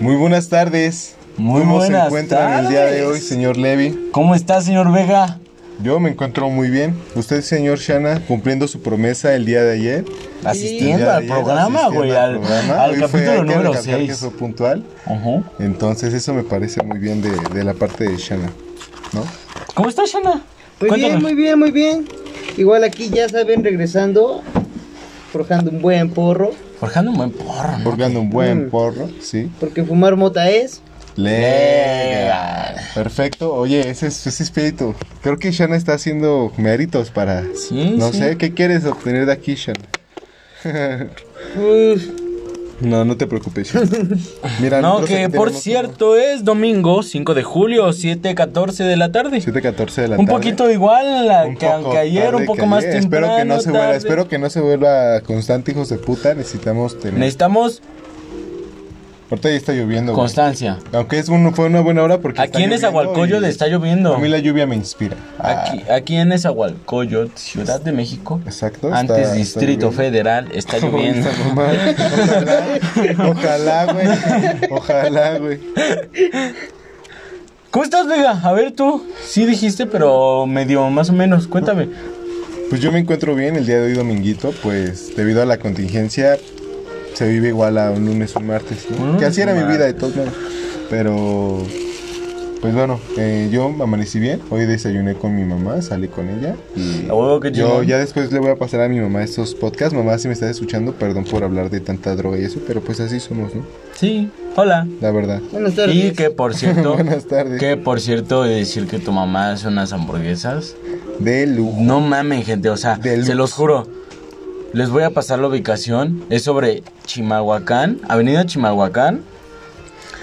Muy buenas tardes. Muy ¿Cómo se buenas encuentran el día de hoy, tardes. señor Levy? ¿Cómo está, señor Vega? Yo me encuentro muy bien. Usted, señor Shana, cumpliendo su promesa el día de ayer. El Asistiendo día de al ayer, programa, asistiendo güey, al al, programa. al Hoy fue- hay capítulo que número recalcar que 6. fue puntual. Entonces, eso me parece muy bien de, de la parte de Shana, ¿no? ¿Cómo está, Shana? Muy Pues bien, muy bien, muy bien. Igual aquí ya saben, regresando, forjando un buen porro, Forjando un buen porro. ¿no? Porque anda un buen Mm. porro, ¿sí? porque fumar mota es. Legal. Perfecto. Oye, ese es ese espíritu. Creo que Shana está haciendo méritos para... Sí, no sí. sé, ¿qué quieres obtener de aquí, Shana? Uf, No, no te preocupes. Mira, No, nosotros que aquí por tenemos cierto es domingo 5 de julio, 7.14 de la tarde. 7:14 de la un tarde. poquito igual a- Un que, poco que ayer, tarde un poco que más ayer. temprano. Espero que no se tarde. vuelva, espero que no se vuelva constante, hijos de puta. Necesitamos tener. Necesitamos Ahorita ya está lloviendo. güey. constancia. Aunque es un, fue una buena hora porque. está Aquí en lloviendo Esahualcoyot y está lloviendo. A mí la lluvia me inspira. Ah, Aquí, aquí en Esahualcoyot, Ciudad de México. Exacto, está- Antes está lloviendo. Distrito Federal, está lloviendo. Esa mamá. Ah, Ojalá, ojalá, güey. Ojalá, güey. ¿Cómo estás, Vega? A ver tú, sí dijiste, pero medio más o menos, cuéntame. Pues yo me encuentro bien el día de hoy, dominguito. Pues debido a la contingencia, se vive igual a un lunes, un martes. ¿no? Un lunes, que así era un mi vida de todos modos. Pero, pues bueno, eh, yo amanecí bien. Hoy desayuné con mi mamá, salí con ella. Y A huevo, qué yo chingón. ya después le voy a pasar a mi mamá estos podcasts. Mamá, si me estás escuchando, perdón por hablar de tanta droga y eso, pero pues así somos, ¿no? Sí, hola. La verdad. buenas tardes. Y que por cierto, Buenas tardes. que por cierto, he de decir que tu mamá hace unas hamburguesas. De lujo. No mamen, gente, o sea, Deluxe. se los juro. Les voy a pasar la ubicación. Es sobre Chimalhuacán, Avenida Chimalhuacán.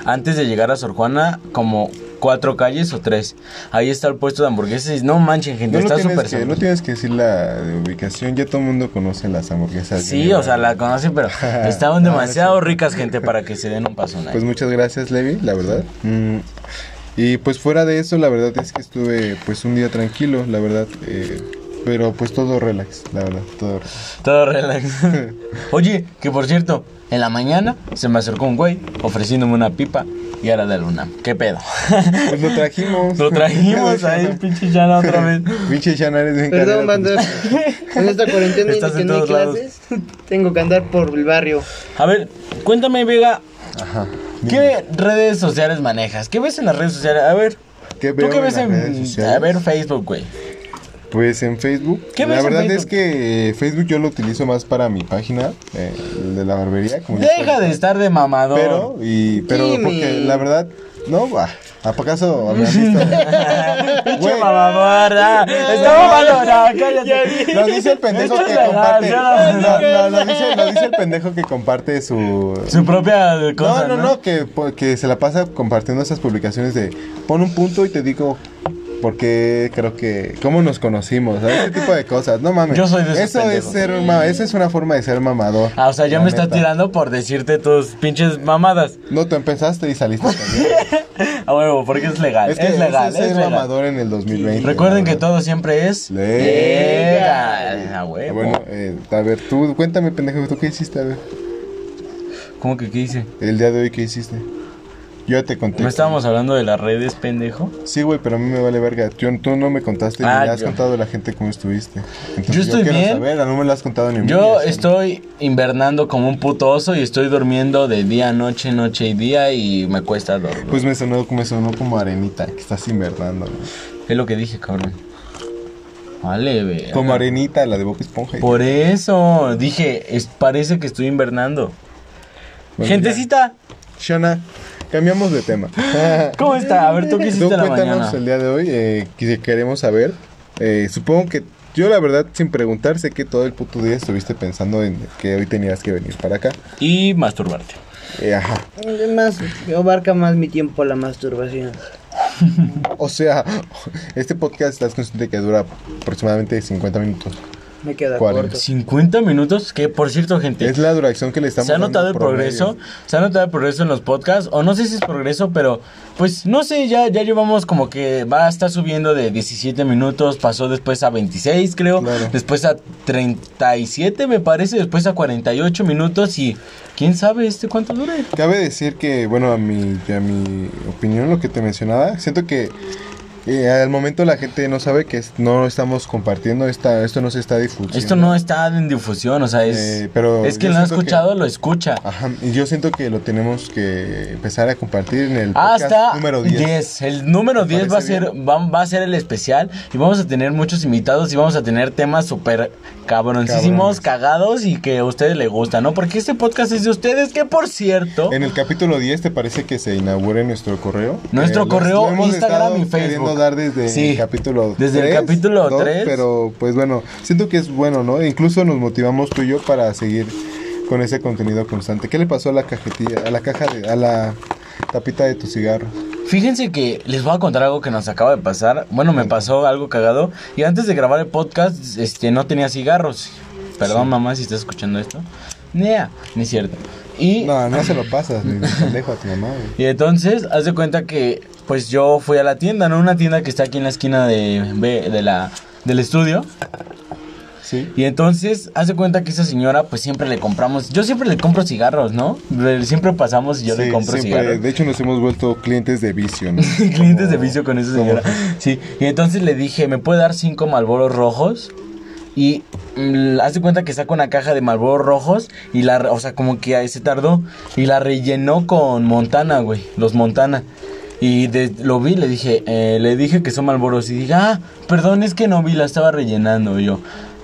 Antes de llegar a Sor Juana, como cuatro calles o tres. Ahí está el puesto de hamburguesas. y No manchen, gente, No, no está súper tienes que, seguro. no tienes que decir la de ubicación, ya todo el mundo conoce las hamburguesas. Sí, Geneva. o sea, la conocen, pero estaban demasiado ricas, gente, para que se den un paso. Ah, Pues muchas gracias, Levi, la verdad. Mm, Y pues fuera de eso, la verdad es que estuve pues un día tranquilo, la verdad. eh, pero pues todo relax, la verdad, todo relax. Todo relax. Oye, que por cierto, en la mañana se me acercó un güey ofreciéndome una pipa y era de luna. ¿Qué pedo? Pues lo trajimos. Lo trajimos ahí, pinche Yana, otra vez. Pinche Shana, eres bien Perdón, carrera, banda. En esta cuarentena Estás ni que en no hay todos lados. clases, tengo que andar por el barrio. A ver, cuéntame, Vega, Ajá. ¿qué redes sociales manejas? ¿Qué ves en las redes sociales? A ver, ¿Qué ¿tú veo qué en ves las en, redes sociales? a ver, Facebook, güey? Pues en Facebook. ¿Qué ves la en verdad Facebook? es que eh, Facebook yo lo utilizo más para mi página, eh, el de la barbería. como ya Deja saben. de estar de mamador. Pero, y, pero Jimmy. porque la verdad, no, va. ¿A poco acaso habrán visto? Pinche Güey, mamador, ah, está mamando, no, cállate. Lo dice el pendejo Esa que es la comparte. gracia, la No, no, lo dice, lo dice el pendejo que comparte su. Su propia cosa, no, no, no, que, po- que se la pasa compartiendo esas publicaciones de pon un punto y te digo por qué creo que. cómo nos conocimos, ¿sabes? Ese tipo de cosas. No mames. Yo soy de esos eso es pendejos. ser un ma- Esa es una forma de ser mamador. Ah, o sea, ya la me está neta. tirando por decirte tus pinches mamadas. No, tú empezaste y saliste también. A huevo, porque es legal. Es, que ese legal, es, ser legal. mamador en el 2020. Recuerden la que verdad. todo siempre es Legal. legal. A huevo. Bueno, eh, a ver, tú, cuéntame, pendejo, ¿tú qué hiciste? A ver. ¿Cómo que qué hice? El día de hoy, ¿qué hiciste? Yo te conté. ¿No estábamos hablando de las redes, pendejo? Sí, güey, pero a mí me vale verga. Yo, tú no me contaste Ah, ni le has yo- contado a la gente cómo estuviste. Entonces, Yo estoy quiero bien. saber, no me lo has contado ni a mí, Yo o sea, estoy invernando como un puto oso y estoy durmiendo de día, noche, noche y día y me cuesta dormir. Pues me sonó, me sonó como arenita, que estás invernando. güey. Es lo que dije, cabrón. Vale, ve. Como arenita, la de Bob Esponja. Por eso dije, es- parece que estoy invernando. Bueno, Gentecita, Shana, cambiamos de tema. ¿cómo está? A ver, ¿tú qué hiciste Tú en la cuéntanos mañana? el día de hoy, eh, que queremos saber. eh, supongo que yo la verdad, sin preguntar, sé que todo el puto día estuviste pensando en que hoy tenías que venir para acá. Y masturbarte. Eh, ajá. Además, abarca más mi tiempo la masturbación. O sea, este podcast estás consciente que dura aproximadamente 50 minutos. Me queda Cuarenta. corto. 50 minutos, que por cierto, gente, Es la duración que le estamos se ha dando notado el promedio. progreso, se ha notado el progreso en los podcasts, o no sé si es progreso, pero pues no sé, ya, ya llevamos como que va a estar subiendo de 17 minutos, pasó después a 26 creo, Claro. después a 37 me parece, después a 48 minutos y quién sabe este cuánto dure. Cabe decir que, bueno, a mi, a mi opinión, lo que te mencionaba, siento que eh, al momento la gente no sabe que es- no estamos compartiendo, esta, esto no se está difundiendo. Esto no está en difusión, o sea, es, Eh, pero es que yo lo ha siento que- escuchado, lo escucha. Ajá, y yo siento que lo tenemos que empezar a compartir en el podcast Hasta número 10. El número ¿Te 10 va a, parece ser, va, va a ser el especial y vamos a tener muchos invitados y vamos a tener temas súper Cabrones. cabroncísimos, cagados y que a ustedes les gustan, ¿no? Porque este podcast es de ustedes, que por cierto... En el capítulo 10 te parece que se inaugure nuestro correo. Nuestro lo- correo, lo hemos Instagram estado y Facebook. queriendo dar desde Sí, el capítulo desde el tres, capítulo dos, tres. Pero pues bueno, siento que es bueno, ¿no? Incluso nos motivamos tú y yo para seguir con ese contenido constante. ¿Qué le pasó a la cajetilla, a la caja, de, a la tapita de tu cigarro? Fíjense que les voy a contar algo que nos acaba de pasar. Bueno, me pasó algo cagado. Y antes de grabar el podcast, este, no tenía cigarros. Perdón, mamá, si estás escuchando esto. Nea, no es cierto. Y, No, no se lo pasas, ni de pendejo a tu mamá. güey. y entonces, haz de cuenta que, pues yo fui a la tienda, ¿no? Una tienda que está aquí en la esquina de, de- de la, del estudio. Sí. Y entonces, hace cuenta que esa señora, pues siempre le compramos. Yo siempre le compro cigarros, ¿no? Le- Siempre pasamos y yo le Sí, compro siempre. cigarros. De hecho, nos hemos vuelto clientes de vicio. ¿no? clientes de Como- vicio con esa como- señora. Sí, y entonces le dije, ¿me puede dar cinco malboros rojos? Y mm, haz de cuenta que saca una caja de malboros rojos y la, re- o sea, como que ahí se tardó y la rellenó con Montana, güey, los Montana. Y de- lo vi, le dije, eh, le dije que son malboros y dije, ah, perdón, es que no vi, la estaba rellenando. Y yo,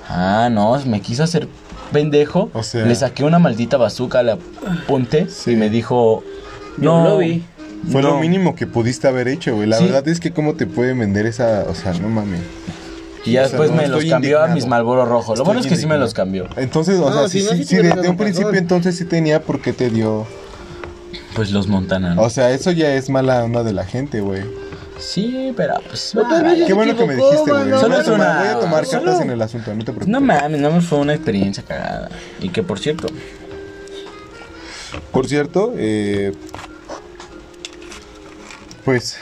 ah, no, me quiso hacer pendejo. O sea- le saqué una maldita bazooka, la apunté Sí. y me dijo, Yo no, lo vi. Fue lo no". mínimo que pudiste haber hecho, güey. La Sí. verdad es que cómo te pueden vender esa... O sea, no mames. Y O ya sea, después no, me los estoy cambió a indignado. mis Malboro rojos. Lo Estoy bueno es que sí me indignado. los cambió. Entonces, o No, sea, sí, si no, sí, sí te sí, hubieras desde dado un principio cagón. entonces sí tenía por qué te dio... Pues los Montana. ¿no? O sea, eso ya es mala onda de la gente, güey. Sí, pero pues. O tal vez ay, ya- Qué bueno que me equivocó, dijiste, güey. mano. Voy, Solo a es tomar- una- voy a tomar solo- cartas en el asunto, no te preocupes. No mames, no fue una experiencia cagada. Y que por cierto, Por cierto, eh... Pues...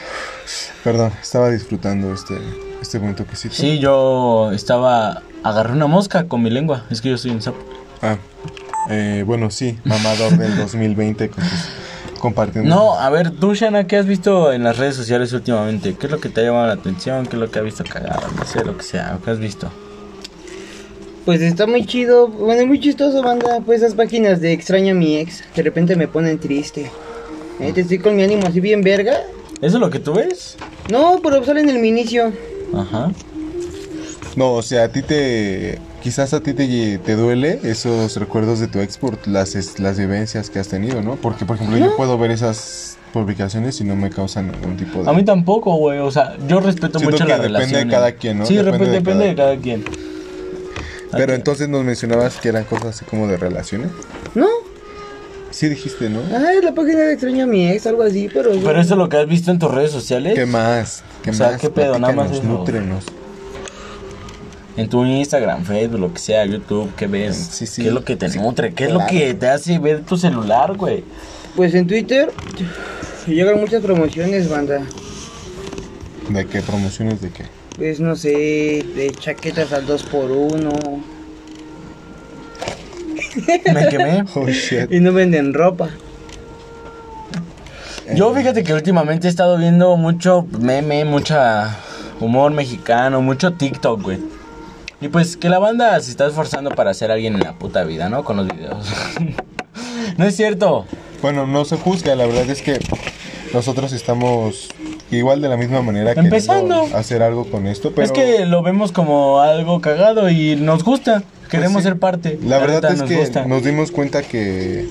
Perdón, estaba disfrutando este, este buen toquecito. sí, yo estaba. Agarré una mosca con mi lengua. Es que yo soy un sapo. Ah, eh, bueno, sí, mamador del 2020 con tus- compartiendo. No, a ver, tú, Shana, ¿qué has visto en las redes sociales últimamente? ¿Qué es lo que te ha llamado la atención? ¿Qué es lo que has visto cagado? No sé, lo que sea. ¿Qué has visto? Pues está muy chido, bueno, muy chistoso, banda. Pues esas páginas de extraño a mi ex, de repente me ponen triste. Eh, te estoy con mi ánimo así bien verga. ¿Eso es lo que tú ves? No, pero sale en el inicio. Ajá. No, o sea, a ti te. Quizás a ti te, te duele esos recuerdos de tu ex por las, es- las vivencias que has tenido, ¿no? Porque, por ejemplo, yo puedo ver esas publicaciones y no me causan ningún tipo de. A mí tampoco, güey. O sea, yo respeto Siento mucho que la depende relación. eh. de cada quien, ¿no? Sí, Depende depende, de depende de cada quien. Pero entonces nos mencionabas que eran cosas así como de relaciones. ¿No? Sí, dijiste, ¿no? Ah, es la página de extraño a mi ex, algo así, pero... Pero eso es lo que has visto en tus redes sociales. ¿Qué más? ¿Qué ¿eh? O sea, más? ¿qué pedo? Nada más Platícanos, eso. nútrenos. En tu Instagram, Facebook, lo que sea, YouTube, ¿qué ves? Sí, sí. ¿Qué es lo que te Sí, nutre? ¿Qué claro. es lo que te hace ver tu celular, güey? Pues en Twitter llegan muchas promociones, banda. ¿De qué? ¿Promociones de qué? Pues no sé, de chaquetas al 2x1. Me quemé. Oh, shit. Y no venden ropa. Yo fíjate que últimamente he estado viendo mucho meme, mucha humor mexicano, mucho TikTok, güey. Y pues que la banda se está esforzando para ser alguien en la puta vida, ¿no? Con los videos. no es cierto. Bueno, no se juzga, la verdad es que nosotros estamos igual de la misma manera que Empezando. hacer algo con esto, pero Es que lo vemos como algo cagado y nos gusta. Queremos Pues sí. ser parte. la verdad neta, es nos que gusta. nos dimos cuenta que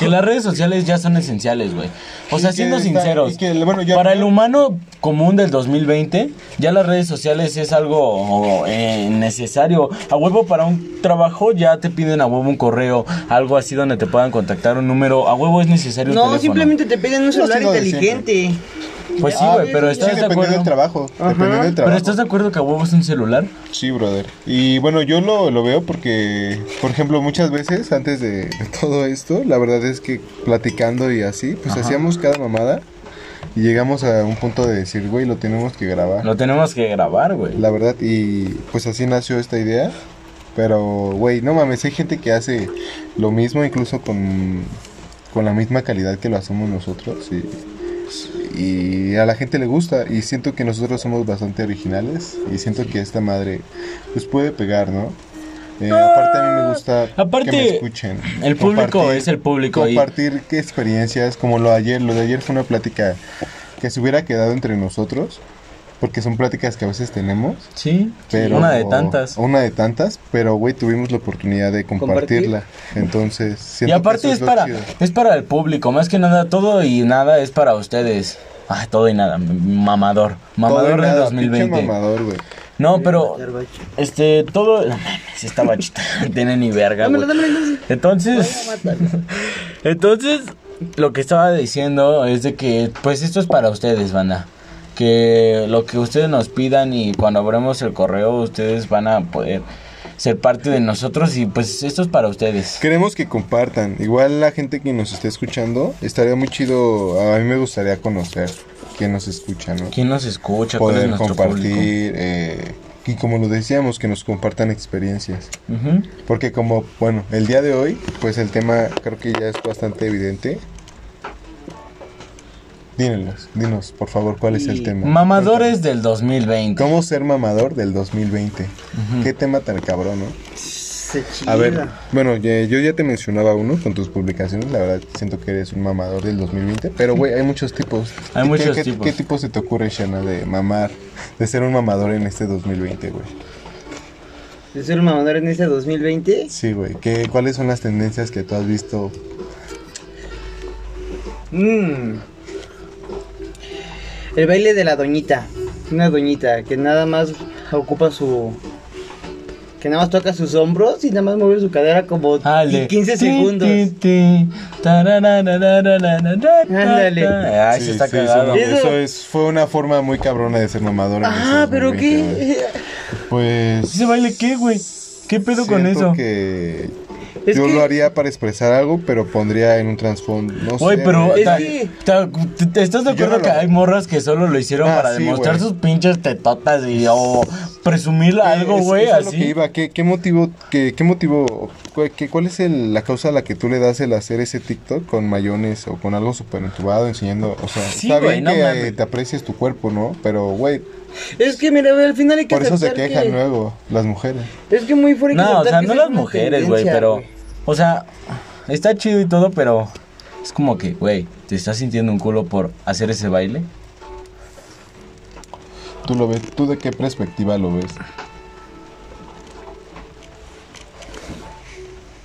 Que las redes sociales ya son esenciales, güey. O Y sea, que siendo está- sinceros, y que, bueno, ya- para el humano común del 2020, ya las redes sociales es algo eh, necesario. A huevo para un trabajo ya te piden a huevo un correo, algo así donde te puedan contactar un número. A huevo es necesario un No, teléfono. simplemente te piden un Yo celular sigo de inteligente. Pues sí, Ah, güey, pero sí, estás de dependiendo acuerdo. del trabajo. Ajá. Dependiendo del Pero trabajo. estás de acuerdo que a huevo es un celular. Sí, brother. Y bueno, yo lo, lo veo porque, por ejemplo, muchas veces antes de, de todo esto, la verdad es que platicando y así, pues Ajá. hacíamos cada mamada y llegamos a un punto de decir, güey, lo tenemos que grabar. Lo tenemos que grabar, güey. La verdad, y pues así nació esta idea. Pero, güey, no mames, hay gente que hace lo mismo incluso con, con la misma calidad que lo hacemos nosotros. Y, y a la gente le gusta. Y siento que nosotros somos bastante originales. Y siento que esta madre pues puede pegar, ¿no? Eh, aparte a mí me gusta Aparte, que me escuchen. el público es el público y- Compartir qué experiencias, como lo de ayer. Lo de ayer fue una plática que se hubiera quedado entre nosotros. Porque son pláticas que a veces tenemos. Sí, Pero, una de tantas. Una de tantas, pero güey, tuvimos la oportunidad de compartirla. Entonces, Y siento que aparte eso es lo para, chido. es para el público, más que nada, todo y nada es para ustedes. Ah, todo y nada, m- mamador. Todo y Mamador del nada, pinche 2020. mamador, güey. No, pero, Cervacho. este, todo... No mames, esta bachita no tiene ni verga, Dámelo, güey. dámelo, entonces. Entonces, entonces, lo que estaba diciendo es de que, pues esto es para ustedes, banda. Que lo que ustedes nos pidan y cuando abramos el correo, ustedes van a poder ser parte de nosotros y pues esto es para ustedes. Queremos que compartan. Igual la gente que nos esté escuchando, estaría muy chido. A mí me gustaría conocer quién nos escucha, ¿no? ¿Quién nos escucha? ¿Cuál es Poder nuestro público? compartir. eh, y como lo decíamos, que nos compartan experiencias. Ujú. Porque como, bueno, el día de hoy, pues el tema creo que ya es bastante evidente. Dínenos, dinos, por favor, ¿cuál es el Y tema? Mamadores del 2020. ¿Cómo ser mamador del 2020? Qué tema tan cabrón, ¿no? Se chida. A ver, bueno, ya- yo ya te mencionaba uno con tus publicaciones, la verdad siento que eres un mamador del 2020, pero güey, hay muchos tipos. Hay ¿Qué- muchos qué, tipos. ¿Qué tipo se te ocurre, Shana, de mamar, de ser un mamador en este 2020, güey? De ser un mamador en este 2020. Sí, güey, ¿qué- ¿cuáles son las tendencias que tú has visto Mm. El baile de la doñita. Una doñita que nada más ocupa su. Que nada más toca sus hombros y nada más mueve su cadera como Ah, el de 15 tin, segundos. tin, tin, tararararararara. Ándale. Ah, eso Sí, está sí, Eso, cagado. güey. eso es, fue una forma muy cabrona de ser mamador. en este Ah, ese pero 2020, güey. qué. Pues. ¿Ese baile qué, güey? ¿Qué pedo con siento eso? que Es yo que- lo haría para expresar algo, pero pondría en un trasfondo. No Güey, sé, pero güey. Es ta- que- ta- te- te- ¿estás Yo de acuerdo no que lo- hay morras que solo lo hicieron Ah, para sí, demostrar güey. sus pinches tetotas y o presumir algo, Es- güey? eso es lo que Así. iba. ¿Qué, qué motivo, qué, qué motivo, cuál, qué- cuál es el- la causa a la que tú le das el hacer ese TikTok con mayones o con algo súper entubado enseñando? O sea, Sí, está güey, bien no que mames. eh, te aprecies tu cuerpo, ¿no? Pero, güey, Es que, mira, güey, al final hay que por eso se aceptar quejan que- luego las mujeres. Es que muy fuerte. No, o sea, no las mujeres, güey, pero. O sea, está chido y todo, pero. Es como que, güey, ¿te estás sintiendo un culo por hacer ese baile? ¿Tú lo ves? ¿Tú de qué perspectiva lo ves?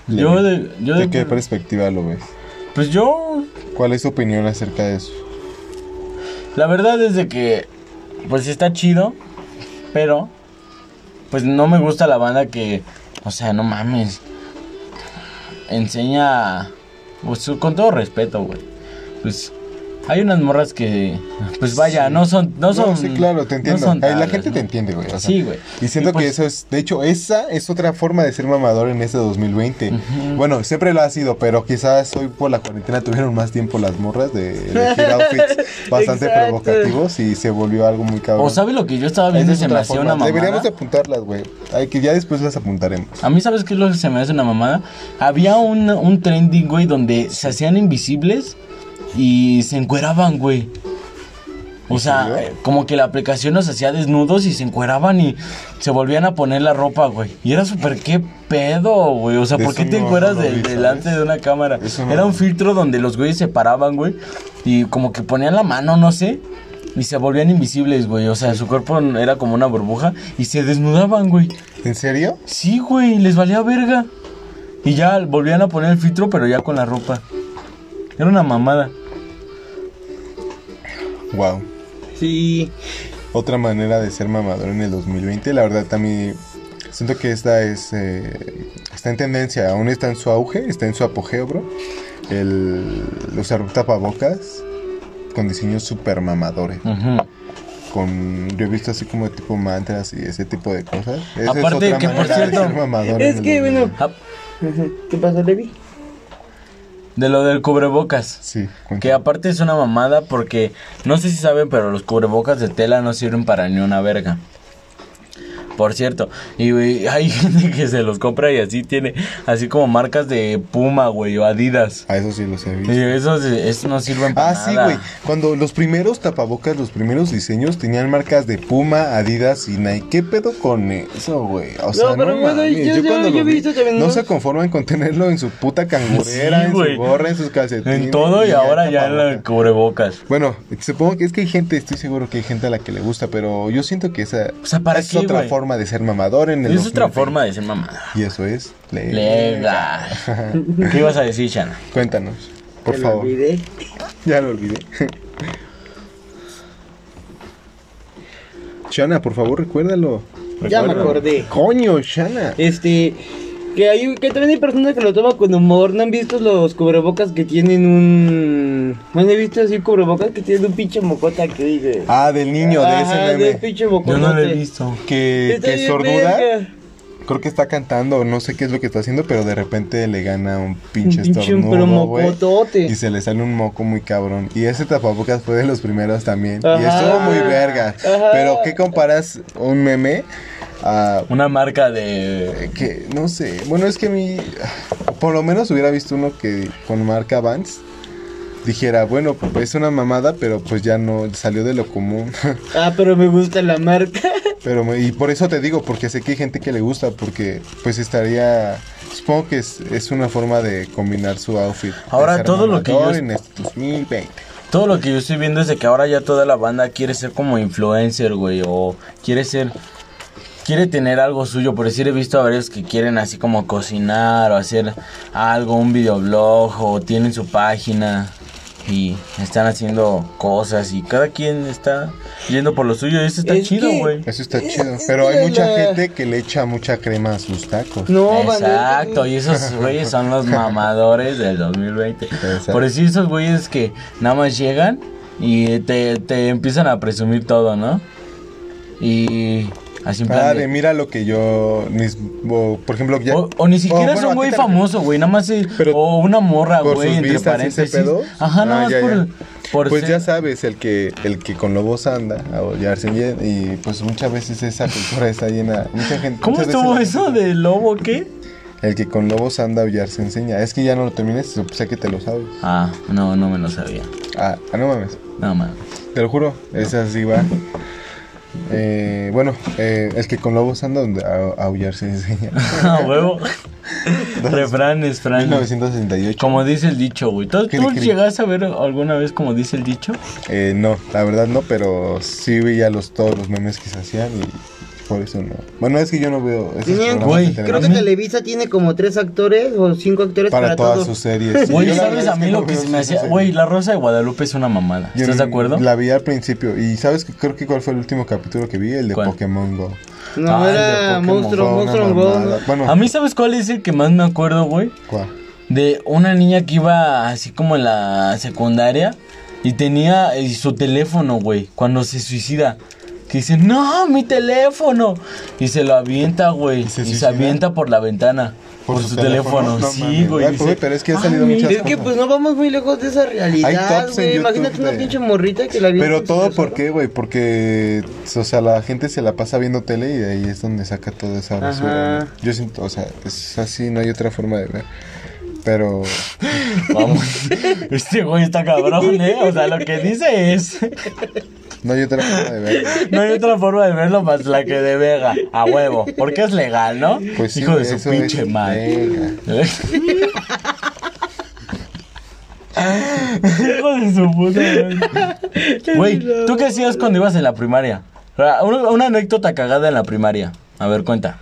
Yo de- yo de- qué perspectiva lo ves? Pues yo. ¿Cuál es tu opinión acerca de eso? La verdad es de que. Pues está chido, pero. Pues no me gusta la banda que. O sea, no mames. Enseña. pues, con todo respeto, güey. Pues. Hay unas morras que. Pues vaya, no son. No, son. sí, claro, te no entiendo. son Ay, la tales, gente te ¿no? entiende, güey. o sea, Sí, güey. Y siento Y, pues, que eso es, de hecho, esa es otra forma de ser mamador en este 2020. Bueno, siempre lo ha sido, pero quizás hoy por la cuarentena tuvieron más tiempo las morras de elegir outfits bastante Exacto. provocativos y se volvió algo muy cabrón. O sabe lo que yo estaba Esa viendo y es se me otra hacía forma. una mamada. Deberíamos de apuntarlas, güey. Hay que ya después las apuntaremos. A mí, ¿sabes qué es lo que se me hace una mamada? Había un, un trending, güey, donde se hacían invisibles y se encueraban, güey. O ¿En sea, serio? eh, como que la aplicación los hacía desnudos y se encueraban y se volvían a poner la ropa, güey. Y era súper, qué pedo, güey. O sea, ¿por Eso qué te no- encueras no lo del- vi, ¿sabes? delante de una cámara? Eso no era lo un vi. filtro donde los güeyes se paraban, güey. Y como que ponían la mano, no sé. Y se volvían invisibles, güey. O sea, su cuerpo era como una burbuja. Y se desnudaban, güey. ¿En serio? Sí, güey, les valía verga. Y ya volvían a poner el filtro, pero ya con la ropa. Era una mamada. Wow. Sí. Otra manera de ser mamador en el 2020, la verdad también siento que esta es eh, está en tendencia, aún está en su auge, está en su apogeo, bro. El usar tapabocas, con diseños super mamadores. Ujú. Con, yo he visto así como tipo mantras y ese tipo de cosas. Esa es Aparte otra que, por manera de cierto, ser mamador en Es el que, mundo. bueno. Ah, ¿Qué pasó, Levi? De lo del cubrebocas. Sí, cuenta. Que aparte es una mamada porque no sé si saben, pero los cubrebocas de tela no sirven para ni una verga. Por cierto, y güey, hay gente que se los compra y así tiene, así como marcas de Puma, güey, o Adidas. A eso sí los he visto. Y esos, esos no sirven para Ah, nada. sí, güey. Cuando los primeros tapabocas, los primeros diseños tenían marcas de Puma, Adidas y Nike. ¿Qué pedo con eso, güey? O sea, no, pero bueno, mames. yo- yo- cuando yo lo he vi, visto también No unos- se conforman con tenerlo en su puta cangurera, Sí, en güey. su gorra, en sus calcetines. En todo y ahora ya en el tapabocas. cubrebocas. Bueno, supongo que es que hay gente, estoy seguro que hay gente a la que le gusta, pero yo siento que esa O sea, ¿para es qué, otra güey? forma de ser mamador en el Es otra 2020. forma de ser mamada. Y eso es legal. Legal. ¿Qué ibas a decir, Chana? Cuéntanos, por Te lo favor. olvidé. Ya lo olvidé. Shana, por favor, recuérdalo. Ya me Recuérdalo. acordé. Coño, Shana. Este. Que, hay, que también hay personas que lo toman con humor. ¿No han visto los cubrebocas que tienen un. Bueno, he visto así cubrebocas que tienen un pinche mocota que dice. Ah, del niño, de Ajá, este ese del meme. pinche mocote. Yo no lo he visto. Que, Está que bien sorduda. este verga. Creo que está cantando, no sé qué es lo que está haciendo, pero de repente le gana un pinche Un pinche, estornudo, pero güey, mocotote. Y se le sale un moco muy cabrón. Y ese tapabocas fue de los primeros también. Y Ajá. estuvo muy verga. Ajá. Pero ¿qué comparas un meme a Una marca de. Eh, que no sé, bueno, es que a mí por lo menos hubiera visto uno que con marca Vans dijera, bueno, pues es una mamada, pero pues ya no salió de lo común. Ah, pero me gusta la marca. pero me- y por eso te digo, porque sé que hay gente que le gusta porque pues estaría supongo que es, es una forma de combinar su outfit. de Ahora, ser todo lo que mamador yo- en este 2020. Todo lo que yo estoy viendo es de que ahora ya toda la banda quiere ser como influencer, güey. O quiere ser. Quiere tener algo suyo. Por decir, he visto a varios que quieren así como cocinar o hacer algo, un videoblog. O tienen su página. Y están haciendo cosas. Y cada quien está yendo por lo suyo. Y eso está Es chido, que- güey. Eso está Es- chido, es pero que hay mucha la- gente que le echa mucha crema a sus tacos. No, bandera. Exacto, y esos güeyes son los mamadores del 2020. Exacto. Por decir esos güeyes que nada más llegan y te, te empiezan a presumir todo, ¿no? Y así en plan Ah, de- de mira lo que yo mis- o, por ejemplo, ya- Oh, o, o ni siquiera es bueno, ¿a un qué güey te famoso, güey, nada más es- Pero- o una morra, por güey, sus entre vistas y ese paréntesis. pedo. Ajá, nada Ah, más ya, por, ya. por pues ser- ya sabes, el que, el que con lobos anda a hollarse bien y pues muchas veces esa cultura está llena. Mucha gente, ¿Cómo muchas estuvo veces la- eso de lobo qué? El que con lobos anda a hollarse enseña. Es que ya no lo termines, sé que te lo sabes. Ah, no, no me lo sabía. Ah, ah, no mames, Nada más. te lo juro, esa sí va. Eh, bueno, eh, el que con lobos anda a, a hollarse enseña. A huevo. Refranes, Fran. 1968. Como dice el dicho, güey. ¿Tú, ¿Qué tú le creí? llegaste a ver alguna vez como dice el dicho? Eh, no, la verdad no, pero sí veía los, todos los memes que se hacían y por eso no. Bueno, es que yo no veo esos Tenían- programas Güey, de Creo que televisión Televisa tiene como tres actores o cinco actores para, Pues para, todas todo. sus series. Güey, Yo la ¿sabes verdad a es mí lo no que veo se me esas hacía? series. Güey, La Rosa de Guadalupe es una mamada. Yo ¿Estás de acuerdo? La vi al principio y sabes que creo que cuál fue el último capítulo que vi, el de ¿Cuál? Pokémon Go. No, Ay, de Pokémon era Fue Ah, monstruo, una monstruo. mamada. Go. Bueno, A mí, ¿sabes cuál es el que más me acuerdo, güey? ¿cuál? De una niña que iba así como en la secundaria y tenía eh, su teléfono, güey, cuando se suicida. Que dice, no, mi teléfono. Y se lo avienta, güey. ¿Y Y se se, suicida? avienta por la ventana. Por, su, teléfono. No sí, mames. güey. Ay, dice, güey, pero es que ha "Ay, salido muchas Es que pues no vamos muy lejos de esa Hay realidad, tops en güey. YouTube Imagínate una de- pinche morrita que la vio. Pero todo por qué, güey, porque o sea, la gente se la pasa viendo tele y de ahí es donde saca toda esa Ajá. basura. ¿no? Yo siento, o sea, es así, no hay otra forma de ver. Pero Vamos. Este güey está cabrón, ¿eh? O sea, lo que dice es. no hay otra forma de ver. No hay otra forma de verlo más la que de Vega. A huevo. Porque es legal, ¿no? Pues sí, Hijo güey, de su eso pinche es madre. verga. Hijo de su puta madre. Güey, ¿tú qué hacías cuando ibas en la primaria? Una, una anécdota cagada en la primaria. A ver, cuenta.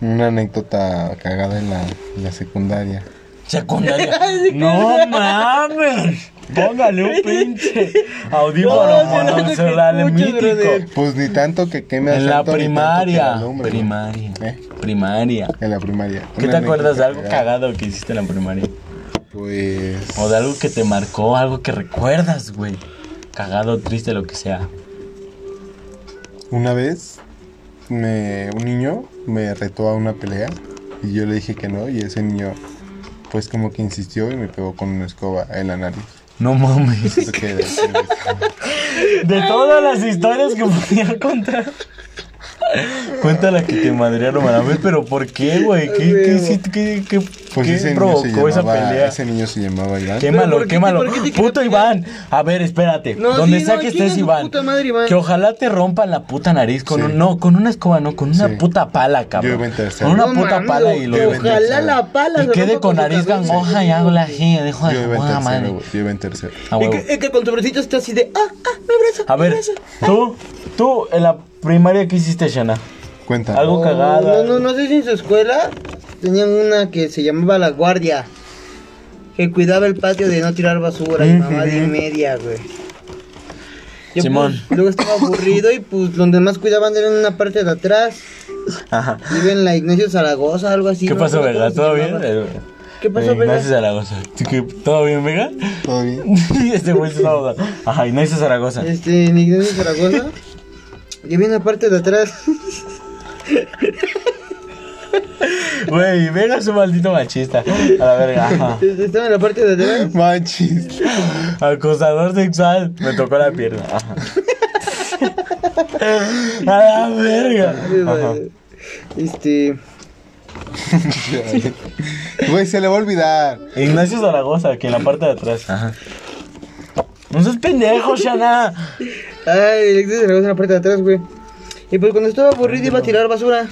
Una anécdota cagada en la, en la secundaria. Secundaria. No mames. Póngale un pinche audífono No, yo no sé monocelular qué escucho, mítico. brother. Pues ni tanto que queme En la acento, ni tanto que primaria. alumbre, güey. Primaria. ¿Eh? Primaria. En la primaria. ¿Qué Una te acuerdas de anécdota algo cagada. cagado que hiciste en la primaria? Pues. O de algo que te marcó, algo que recuerdas, güey. Cagado, triste, lo que sea. Una vez, me, un niño me retó a una pelea y yo le dije que no y ese niño, pues como que insistió y me pegó con una escoba en la nariz. No mames. Eso queda así, güey. De todas las historias que podía contar. Cuéntala que te madrearon a la vez, pero ¿por qué, güey? ¿Qué, qué, hiciste? ¿Qué- qué- Pues qué ese niño se provocó llamaba, esa pelea? ese niño se llamaba Iván. Quémalo, ¿por qué- quémalo. por qué te Puto querías Iván. A ver, espérate. No, Donde sí, sea no, que chinga estés, su Iván. puta madre, Iván. Que ojalá te rompan la puta nariz con Sí. un. No, con una escoba, no, con una Sí. puta pala, cabrón. Yo iba en tercero. Con una No puta mames, pala y lo. yo iba en Ojalá tercero. la pala. Y se quede rompa con su nariz cabeza. gangoja y hago la G. Dejo Yo iba de en puta tercero, madre. güey, yo iba en tercero. A Y huevo. que, y que con tu bracito está así de. Ah, ah, mi brazo. A ver, tú, tú en la primaria, ¿qué hiciste, Shana? Cuéntame. Algo- cagada. No, no, no sé si en su escuela tenían una que se llamaba La Guardia. Que cuidaba el patio de no tirar basura y mamá de media, güey. pues, Simón. luego estaba aburrido y pues donde más cuidaban era en una parte de atrás. Ajá. Iba en la Ignacio Zaragoza, algo así. ¿Qué no pasó, me acuerdo Vega? cómo ¿Todo se bien? llamaba. Eh, ¿Qué pasó, eh, Vega? Ignacio Zaragoza. ¿Tú qué? ¿Todo bien, Vega? ¿Todo bien? este güey se estaba. Ajá, Ignacio Zaragoza. Este, en Ignacio Zaragoza. y había una parte de atrás. Güey, Vega es un maldito machista. A la verga. ajá. Estaba en la parte de atrás. Machis. Acosador sexual. Me tocó la pierna. ajá. A la verga. Ajá. Este. Güey, se le va a olvidar. Ignacio Zaragoza, que en la parte de atrás. Ajá. No seas pendejo, Shana. Ay, el Ignacio Zaragoza en la parte de atrás, güey. Y pues cuando estaba aburrido iba a tirar basura.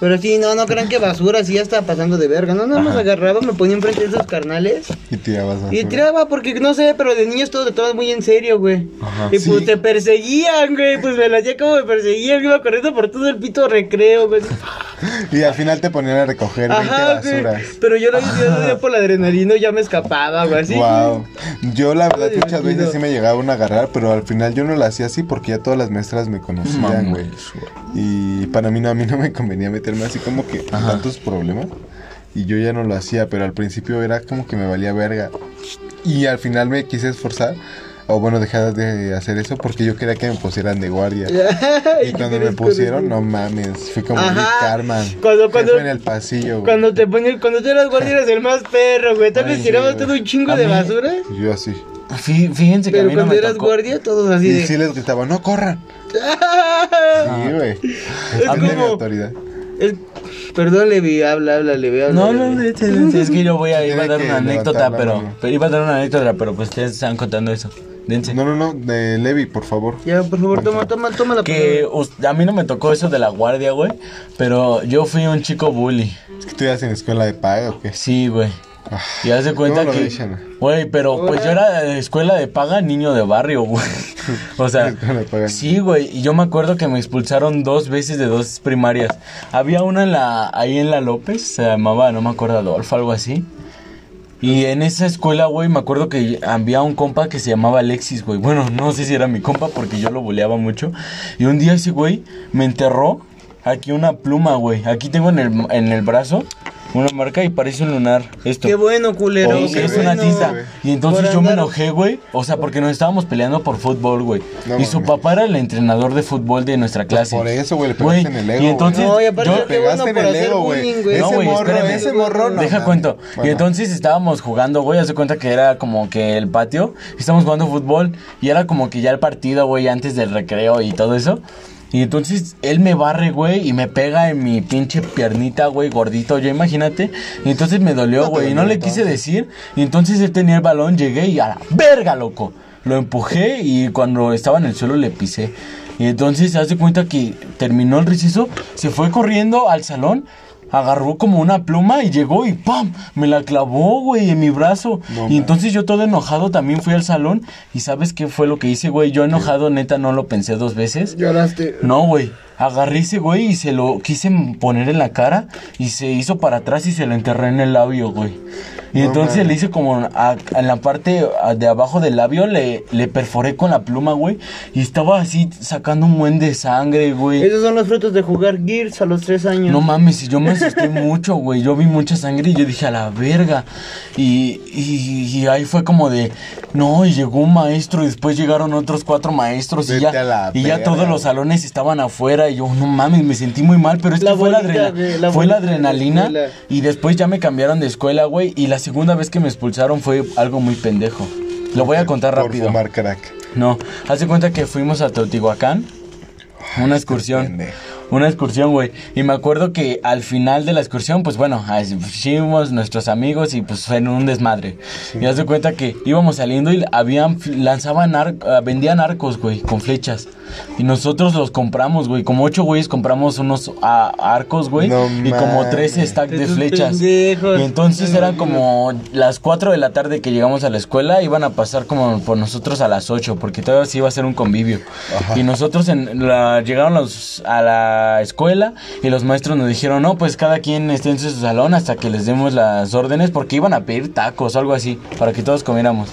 Pero sí, no, no crean que basura, sí ya estaba pasando de verga. No, nada más Ajá. agarraba, me ponía enfrente de esos carnales. Y tirabas basura. Y tiraba porque no sé, pero de niños todo te tomas muy en serio, güey. Ajá. Y pues Sí. te perseguían, güey. Pues me la hacía como me perseguían, iba corriendo por todo el pito recreo, güey. Y al final te ponían a recoger 20 Ajá, güey. basuras. Pero yo lo hacía por la adrenalina y ya me escapaba, güey. Así. Wow. Yo la verdad muchas divertido. veces sí me llegaban a agarrar, pero al final yo no la hacía así porque ya todas las maestras me conocían, güey. Y para mí no, a mí no me convenía meterme así como que en tantos problemas. Y yo ya no lo hacía, pero al principio era como que me valía verga. Y al final me quise esforzar, o bueno, dejar de hacer eso porque yo quería que me pusieran de guardia. Y Y tú cuando me eres pusieron, no mames, fui como Nick Ajá. Carman. Cuando- Jefe cuando- en el pasillo, güey. Cuando te ponías, cuando te eras guardia eras el más perro, güey. Tal Ay, vez tirabas sí, todo un chingo A de mí- basura. Yo así. Fí- Fíjense que a Pero mí no cuando me eras tocó. guardia, todos así Y de. sí les gritaba, no corran. Sí, güey. Es como- autoridad. Es- Perdón, Levi, habla, habla, Levi, habla. No, Levi. no, de hecho, de hecho, es que yo voy a, Tiene iba a dar que una anécdota, levantar la pero, mano. pero iba a dar una anécdota, pero pues ustedes están contando eso. Dense. No, no, no, de Levi, por favor. Ya, por favor, toma, toma, toma la Que us- a mí no me tocó eso de la guardia, güey, pero yo fui un chico bully. Es que tú ibas en escuela de paga o qué. Sí, güey. Ah, Y haz de cuenta ¿cómo lo que. ves, Shana? Güey, pero pues yo era de escuela de paga, niño de barrio, güey. O sea, Escuela de paga. sí, güey. Y yo me acuerdo que me expulsaron dos veces de dos primarias. Había una en la, ahí en la López, se llamaba, no me acuerdo, Adolfo, algo así. Y en esa escuela, güey, me acuerdo que había un compa que se llamaba Alexis, güey. Bueno, no sé si era mi compa porque yo lo boleaba mucho. Y un día ese güey me enterró aquí una pluma, güey. Aquí tengo en el, en el brazo una marca y parece un lunar. Esto. Qué bueno, culero. Oh, sí, qué es una bueno. tiza. güey. Y entonces Por yo me andar- enojé, güey. O sea, porque nos estábamos peleando por fútbol, güey. No y su mames. Pues papá era el entrenador de fútbol de nuestra clase. por eso, güey, le Güey, pegaste en el ego, Y güey. entonces No, y aparte yo- Qué Pegaste bueno en por el hacer ego, güey. bullying, güey. Ese No, güey, morro, espérame. ese morro no. Deja mames. cuento. Bueno, Y entonces estábamos jugando, güey. Hace cuenta que era como que el patio. y Estábamos jugando fútbol. Y era como que ya el partido, güey, antes del recreo y todo eso. Y entonces él me barre, güey, y me pega en mi pinche piernita, güey, gordito, yo imagínate. Y entonces me No dolió, te güey, y dolió no le entonces. quise decir. Y entonces él tenía el balón, llegué y a la verga, loco. Lo empujé y cuando estaba en el suelo le pisé. Y entonces se hace cuenta que terminó el receso, se fue corriendo al salón, agarró como una pluma y llegó y ¡pam! Me la clavó, güey, en mi brazo. No y mames. entonces yo todo enojado también fui al salón y ¿sabes qué fue lo que hice, güey? Yo enojado, neta, no lo pensé dos veces. Lloraste. No, güey. Agarré ese güey y se lo quise m- poner en la cara y se hizo para atrás y se lo enterré en el labio, güey. Y No entonces mames. le hice como a- en la parte a- de abajo del labio, le, le perforé con la pluma, güey. Y estaba así sacando un buen de sangre, güey. Esos son los frutos de jugar Gears a los tres años. No mames, y yo me asusté mucho, güey. Yo vi mucha sangre y yo dije, a la verga. Y, y- y ahí fue como de, no, y llegó un maestro y después llegaron otros cuatro maestros y Vete a ya, la y ya verga, todos los güey. salones estaban afuera y yo, no mames, me sentí muy mal, pero es La que fue, la, bonita, adrena- güey, la fue la bonita de la adrenalina escuela. y después ya me cambiaron de escuela, güey. Y la segunda vez que me expulsaron fue algo muy pendejo. Lo voy a contar Por rápido. fumar crack. No, hace cuenta que fuimos a Teotihuacán. Una excursión. este pendejo. Una excursión, güey. Y me acuerdo que al final de la excursión, pues bueno, así fuimos nuestros amigos y pues fue un desmadre. Y haz de cuenta que íbamos saliendo y habían, lanzaban, ar- ah, vendían arcos, güey, con flechas. Y nosotros los compramos, güey. Como ocho güeyes compramos unos ah, arcos, güey. No y como tres mames. stacks de Esos flechas. pendejos. Y entonces eran como las 4 de la tarde que llegamos a la escuela, iban a pasar como por nosotros a las 8, porque todavía se iba a hacer un convivio. Y nosotros en la, llegaron los, a la escuela y los maestros nos dijeron, no, pues cada quien esté en su salón hasta que les demos las órdenes, porque iban a pedir tacos o algo así, para que todos comiéramos.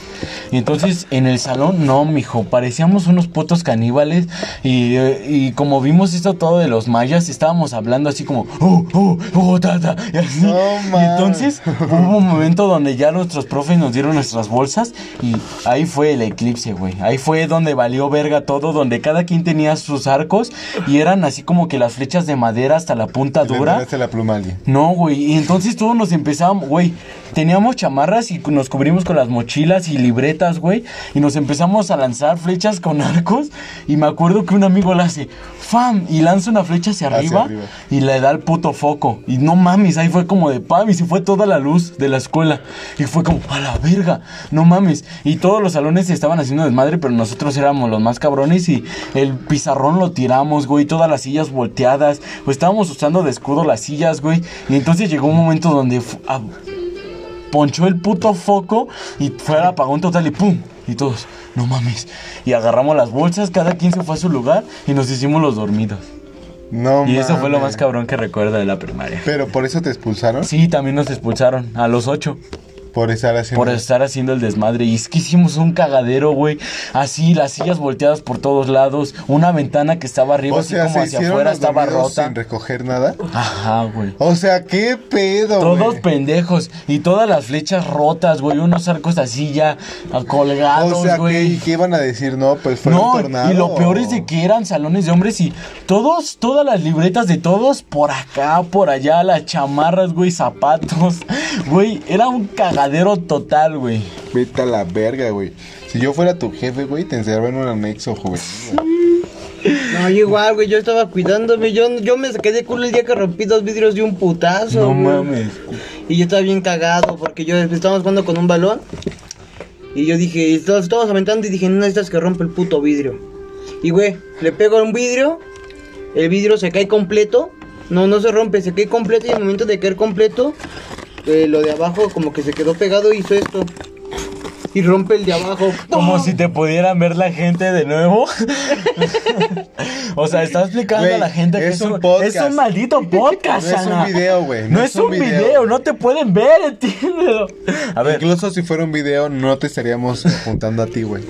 Y entonces en el salón, no, mijo, parecíamos unos putos caníbales y, eh, y como vimos esto todo de los mayas, estábamos hablando así como, oh, oh, oh, ta, ta", y así. No Y mames. entonces hubo un momento donde ya nuestros profes nos dieron nuestras bolsas y ahí fue el eclipse, güey. Ahí fue donde valió verga todo, donde cada quien tenía sus arcos y eran así como que las flechas de madera hasta la punta Le dura. mandaste la pluma a alguien. No, güey. Y entonces todos nos empezábamos, güey. Teníamos chamarras y nos cubrimos con las mochilas y libretas, güey. Y nos empezamos a lanzar flechas con arcos. Y me acuerdo que un amigo la hace, ¡fam! Y lanza una flecha hacia Hacia arriba, arriba. y le da el puto foco. Y no mames, ahí fue como de pam. Y se fue toda la luz de la escuela. Y fue como, ¡a la verga! No mames. Y todos los salones se estaban haciendo desmadre, pero nosotros éramos los más cabrones. Y el pizarrón lo tiramos, güey. Todas las sillas volteadas. Pues estábamos usando de escudo las sillas, güey. Y entonces llegó un momento donde fu- a- ponchó el puto foco y fue al apagón total y ¡pum! Y todos, no mames. Y agarramos las bolsas, cada quien se fue a su lugar y nos hicimos los dormidos. No y eso fue lo más cabrón. cabrón que recuerdo de la primaria. Pero por eso te expulsaron. Sí, también nos expulsaron a los ocho Por estar haciendo. por estar haciendo el desmadre. Y es que hicimos un cagadero, güey. Así, las sillas volteadas por todos lados, una ventana que estaba arriba, o así sea, como se hacia hicieron afuera los estaba dormidos rota. sin recoger nada. Ajá, güey. O sea, qué pedo. Todos güey? pendejos y todas las flechas rotas, güey, unos arcos así ya ah, colgados, O sea, güey. ¿qué, qué iban a decir? No, pues fue No, un tornado. y lo peor es de que eran salones de hombres y todos, todas las libretas de todos, por acá, por allá, las chamarras, güey, zapatos, güey, era un cagadero total, güey. Vete a la verga, güey. Si yo fuera tu jefe, güey, te encerraba en un anexo, joven. No, yo igual, güey, yo estaba cuidándome. Yo, yo me saqué de culo el día que rompí dos vidrios de un putazo. No güey. mames. Y yo estaba bien cagado porque yo estábamos jugando con un balón. Y yo dije, y todos estábamos aventando y dije, no necesitas que rompa el puto vidrio. Y güey, le pego a un vidrio, el vidrio se cae completo. No, no se rompe, se cae completo y al momento de caer completo, eh, lo de abajo como que se quedó pegado y hizo esto. Y rompe el de abajo. Como si te pudieran ver la gente de nuevo. o sea, está explicando a Güey, la gente que es es un un, podcast. es un maldito podcast, No es un Ana. video, güey, No, es, un video. no te pueden ver, entiéndelo. A ver, Incluso si fuera un video, no te estaríamos apuntando a ti, güey.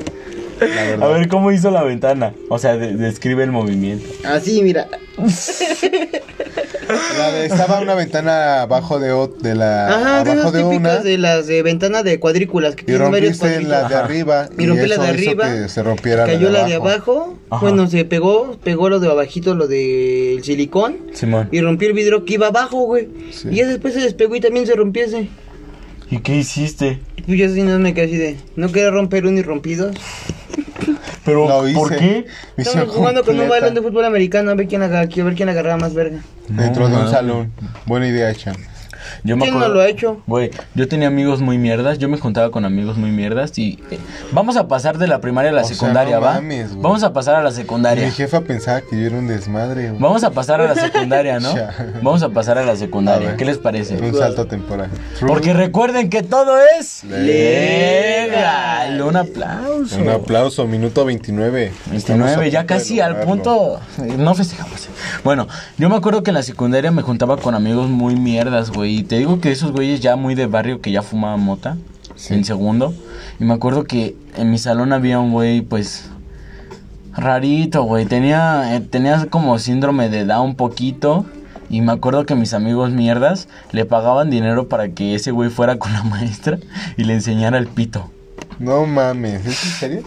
La verdad. a ver cómo hizo la ventana. O sea, de- describe el movimiento. Así, mira. La de- estaba una ventana abajo de, ot- de la. Ajá, abajo de esas de típicas una. de las de ventana de cuadrículas que Y tienen varios rompiste cuadritos. la de Ajá. arriba. Y rompí la eso de hizo arriba. Que se rompiera Cayó la de abajo. Ajá. Bueno, se pegó, pegó lo de abajito, lo del silicón. Simón. Y rompió el vidrio que iba abajo, güey. Sí. Y ya después se despegó y también se rompió ese. ¿Y qué hiciste? Y yo así no me quedé así de. No quería romper un irrompido. Pero, Lo hice. ¿por qué? Misión Estamos jugando con un completa. balón de fútbol americano a ver quién agarra, a ver quién agarraba más verga. Dentro No, de un mames. salón. Buena idea, Chan. Yo ¿Quién no lo ha hecho? Güey, yo tenía amigos muy mierdas, yo me juntaba con amigos muy mierdas y... eh, vamos a pasar de la primaria a la O sea, secundaria, no ¿va? mames, güey. vamos a pasar a la Mi secundaria. jefa pensaba que yo era un desmadre, güey. Vamos a pasar a la secundaria, ¿no? Ya. Vamos a pasar a la A secundaria. ver. Pues, ¿Qué les parece? Un salto temporal. Porque recuerden que todo es legal. Un aplauso. Un aplauso, minuto 29. 29, Este, ya casi al punto punto. eh, No festejamos. Bueno, yo me acuerdo que en la secundaria me juntaba con amigos muy mierdas, güey. y te digo que esos güeyes ya muy de barrio que ya fumaban mota. Sí. En segundo. Y me acuerdo que en mi salón había un güey, pues. Rarito, güey. Tenía, eh, tenía como síndrome de Down un poquito. Y me acuerdo que mis amigos mierdas le pagaban dinero para que ese güey fuera con la maestra y le enseñara el pito. No mames, ¿es en serio?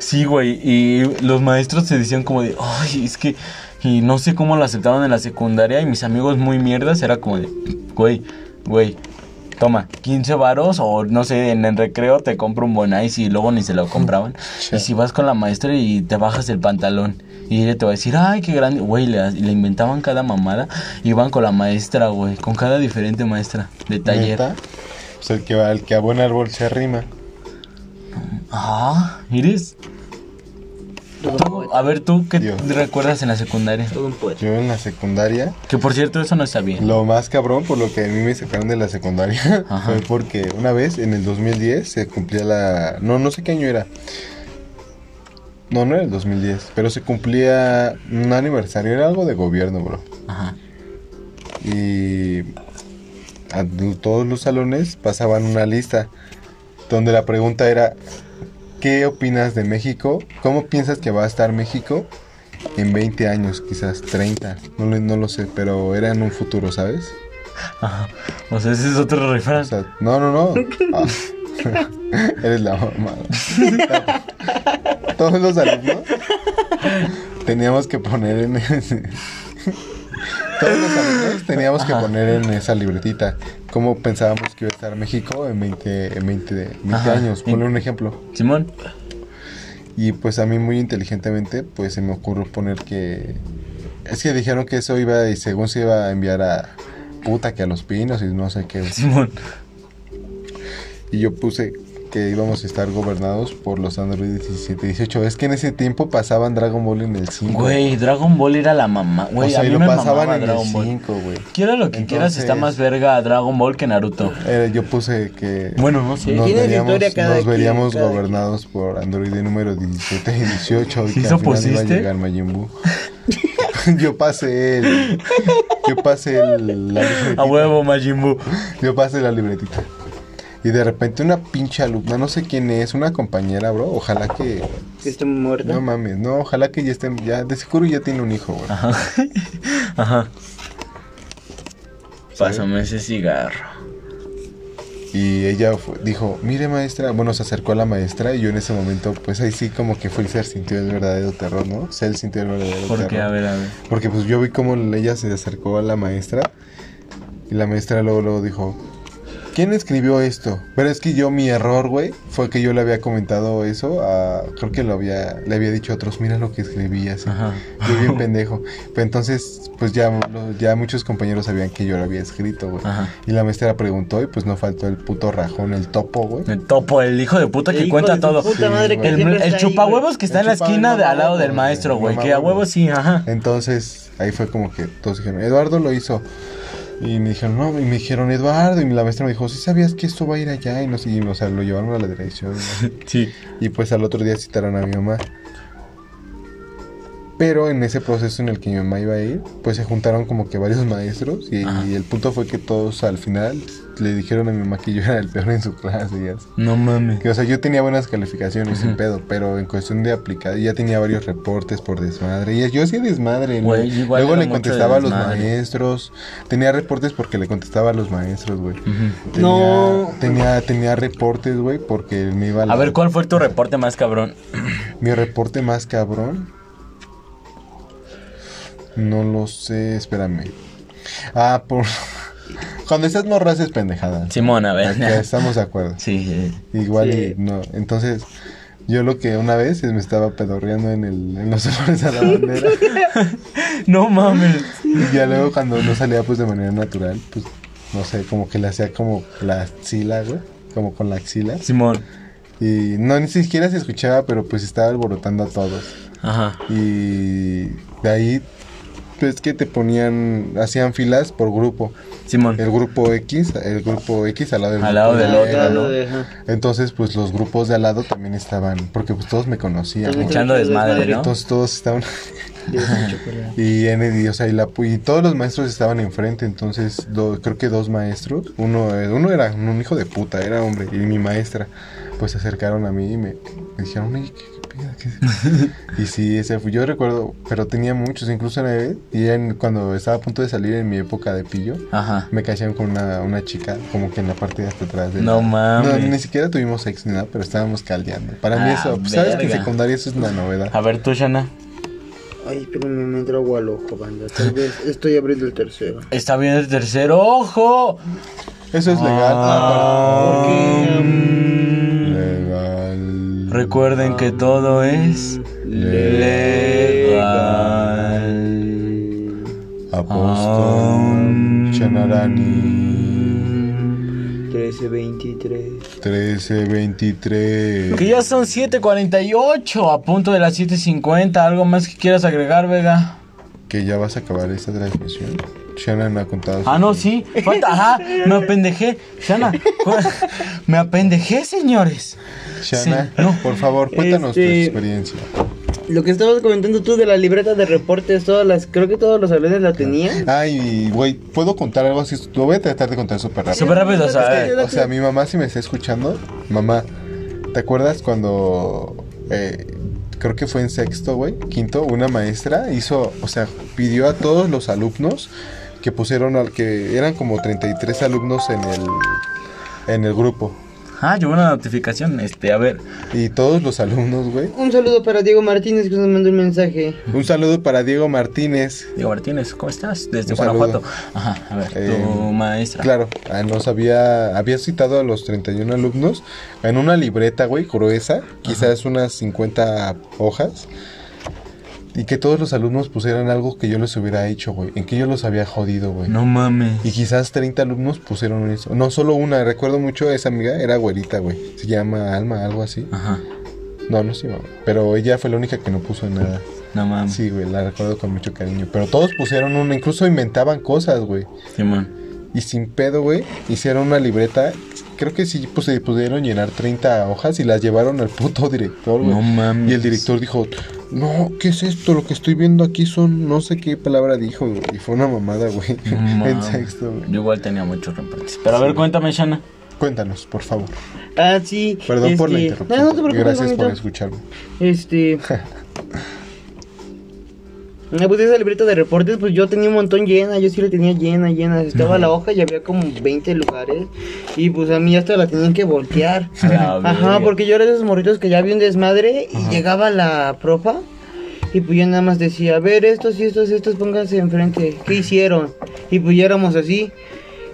Sí, güey, y los maestros se decían como de, ay, es que, y no sé cómo lo aceptaron en la secundaria y mis amigos muy mierdas era como de, güey, güey, toma, 15 varos o no sé, en el recreo te compro un buen ice y luego ni se lo compraban. y si vas con la maestra y te bajas el pantalón y ella te va a decir, ay, qué grande, güey, le, le inventaban cada mamada y van con la maestra, güey, con cada diferente maestra de taller. ¿Neta? Pues el que, va, el que a buen árbol se arrima. Ah, Iris. Todo un Tú, poeta. a ver, tú, ¿qué Dios. recuerdas en la secundaria? Todo un poeta. Yo en la secundaria, Que por cierto, eso no está bien. lo más cabrón por lo que a mí me sacaron de la secundaria Ajá. fue porque una vez en el 2010 se cumplía la. No, no sé qué año era. No, no era el 2010, pero se cumplía un aniversario, era algo de gobierno, bro. Ajá. y a todos los salones pasaban una lista donde la pregunta era ¿qué opinas de México? ¿Cómo piensas que va a estar México en 20 años, quizás 30? No lo, no lo sé, pero era en un futuro, ¿sabes? Ajá. O sea, ese es otro O refrán. sea, no, no, no. Ah. Eres la mamá. Todos los alumnos teníamos que poner en ese- Todos los alumnos teníamos que poner en esa libretita cómo pensábamos que iba a estar México en 20, en 20, de- 20 Ajá. años. Ponle un ejemplo. Simón. Y pues a mí muy inteligentemente pues se me ocurrió poner que... Es que dijeron que eso iba y según se iba a enviar a puta que a los pinos y no sé qué. Simón. Y yo puse que íbamos a estar gobernados por los Android 17 18. Es que en ese tiempo pasaban Dragon Ball en el 5. Güey, Dragon Ball era la mamá. o Güey, sea, a y mí lo me pasaban mamaba en Dragon el Ball. 5, güey. Quiera lo que quieras, Entonces- está más verga Dragon Ball que Naruto. Eh, yo puse que Bueno, no sé. nos Tiene su veríamos, historia cada nos veríamos quien, cada gobernados por androide número 17 y 18. Y ¿Sí que eso al final iba a pusiste? llegar Majin Buu. yo pasé el. Yo pasé el, la A huevo, Majin Buu. Yo pasé la libretita. Y de repente una pinche alumna, no sé quién es, una compañera, bro. Ojalá que Que esté muerto. No mames, no, ojalá que ya estén, ya, de seguro ya tiene un hijo, güey. Ajá. Ajá. Pásame ese cigarro. Y ella fue- dijo, mire maestra, bueno, se acercó a la maestra y yo en ese momento, pues ahí sí como que Freezer sintió el verdadero terror, ¿no? O sea, él sintió el verdadero terror. Porque, a ver, a ver. Porque pues yo vi cómo ella se acercó a la maestra y la maestra luego, luego dijo, ¿quién escribió esto? Pero es que yo mi error, güey, fue que yo le había comentado eso a, creo que lo había, le había dicho a otros, mira lo que escribí así. Ajá. Yo bien pendejo. Pero entonces, pues ya, lo- ya muchos compañeros sabían que yo lo había escrito, güey. Ajá. Y la maestra preguntó y pues no faltó el puto rajón, el topo, güey. El topo, el hijo de puta que Hijo cuenta de su todo. Puta Sí, madre que güey. El, siempre el está ahí, chupahuevos que está El en la chupa- esquina de, al lado del mamahuevos, maestro, güey. güey, Que a huevo mamahuevos. sí, ajá. Entonces, ahí fue como que todos dijeron, Eduardo lo hizo. Y me dijeron, no, y me dijeron, Eduardo. Y la maestra me dijo, ¿sí sabías que esto va a ir allá? Y no sé, y, o sea, lo llevaron a la dirección. ¿no? Sí. Y pues al otro día citaron a mi mamá. Pero en ese proceso en el que mi mamá iba a ir, pues se juntaron como que varios maestros y, Ajá. y el punto fue que todos al final le dijeron a mi mamá que yo era el peor en su clase. y así. No mames. Que, o sea, yo tenía buenas calificaciones, sin Ujú. pedo, pero en cuestión de aplicar, ya tenía varios reportes por desmadre. Y yo hacía desmadre, ¿no? Güey, yo igual Luego era le mucho de contestaba a los desmadre. maestros. Tenía reportes porque le contestaba a los maestros, güey. Ujú. Tenía- No. Tenía, tenía reportes, güey, porque me iba la- A ver, ¿cuál fue tu reporte más cabrón? mi reporte más cabrón. No lo sé, espérame. Ah, por. Cuando estás morras es pendejada. Simón, a ver. Aquí estamos de acuerdo. Sí, sí. Igual Sí. y no. Entonces, yo lo que una vez es me estaba pedorreando en, el, en los olores a la bandera. No mames. y ya luego cuando no salía pues de manera natural, pues no sé, como que le hacía como la axila, güey. Como con la axila. Simón. Y no, ni siquiera se escuchaba, pero pues estaba alborotando a todos. Ajá. Y de ahí es que te ponían, hacían filas por grupo. Simón. El grupo X, el grupo X al lado del Al grupo lado del Y, otro, ¿no? ¿no? Entonces, pues los grupos de al lado también estaban, porque pues todos me conocían. ¿no? Echando desmadre, ¿no? Entonces todos estaban y en el- y, o sea, y la pu- y todos los maestros estaban enfrente, entonces do- creo que dos maestros, uno eh, uno era un hijo de puta, era hombre y mi maestra pues se acercaron a mí y me, me dijeron, "Oye, ¿qué, qué pedo? ¿Qué-" y sí, ese fue, yo recuerdo, pero tenía muchos, incluso una vez, y en- cuando estaba a punto de salir en mi época de pillo, Ajá. me cacharon con una, una chica como que en la parte de hasta atrás de No mames. No, ni siquiera tuvimos sexo ni nada, pero estábamos caldeando. Para mí Ah, eso, pues, sabes que en verga. secundaria eso es una novedad. A ver tú, Shana. Ay, pero me entra agua al ojo, banda. Tal vez estoy abriendo el tercero. Está bien el tercer ojo. Eso es legal. Ah, Aparte- mm. Legal. Recuerden que todo es legal. Ah. Apóstol Chanarani 1323. 1323. Que ya son 7.48, a punto de las 7.50. ¿Algo más que quieras agregar, Vega? Que ya vas a acabar esta transmisión. Shannon ha contado. Ah, no, sí. Falta, ajá, me apendejé. Shana, cu- me apendejé, señores. Shannon, sí, no. por favor, cuéntanos Este- tu experiencia. Lo que estabas comentando tú de la libreta de reportes, todas las, creo que todos los salones la tenían. Ay, güey, ¿puedo contar algo así? Lo voy a tratar de contar Ah, súper rápido. Súper rápido, o sea, O sea, mi mamá si me está escuchando, mamá, ¿te acuerdas cuando eh, creo que fue en sexto, güey, quinto, una maestra hizo, o sea, pidió a todos los alumnos que pusieron al que eran como 33 alumnos en el en el grupo Ah, llegó una notificación. Este, a ver. y todos los alumnos, güey. Un saludo para Diego Martínez que nos mandó un mensaje. Un saludo para Diego Martínez. Diego Martínez, ¿cómo estás? Desde Un Guanajuato. saludo. Ajá, a ver, Eh, tu maestra. Claro, ah, nos había, había citado a los 31 alumnos en una libreta, güey, gruesa, quizás unas 50 hojas, y que todos los alumnos pusieran algo que yo les hubiera hecho, güey, en que yo los había jodido, güey. No mames. Y quizás 30 alumnos pusieron eso. No, solo una, recuerdo mucho a esa amiga, era güerita, güey. Se llama Alma, algo así. Ajá, No, no se llama. Pero ella fue la única que no puso nada. no mames. Sí, güey, la recuerdo con mucho cariño. Pero todos pusieron una, incluso inventaban cosas, güey. Simón. Y sin pedo, güey, hicieron una libreta. Creo que sí, pues se pudieron llenar 30 hojas y las llevaron al puto director, güey. No mames. y el director dijo, no, ¿qué es esto? Lo que estoy viendo aquí son no sé qué palabra dijo, güey. Y fue una mamada, güey. No mames. en sexto, güey. Yo igual tenía muchos reportes. Pero a ver, cuéntame, Shana. Cuéntanos, por favor. Ah, sí. Perdón por la este- interrupción. No, no te y preocupes, gracias por bonito. escucharme. Este. Ah, Pues esa libreta de reportes, pues yo tenía un montón llena, yo sí la tenía llena, llena. Estaba la hoja y había como 20 lugares. Y pues a mí hasta la tenían que voltear. A la verga. Ajá, porque yo era de esos morritos que ya había un desmadre y llegaba la profa. Y pues yo nada más decía, a ver, estos y estos y estos, pónganse enfrente. ¿Qué hicieron? Y pues ya éramos así.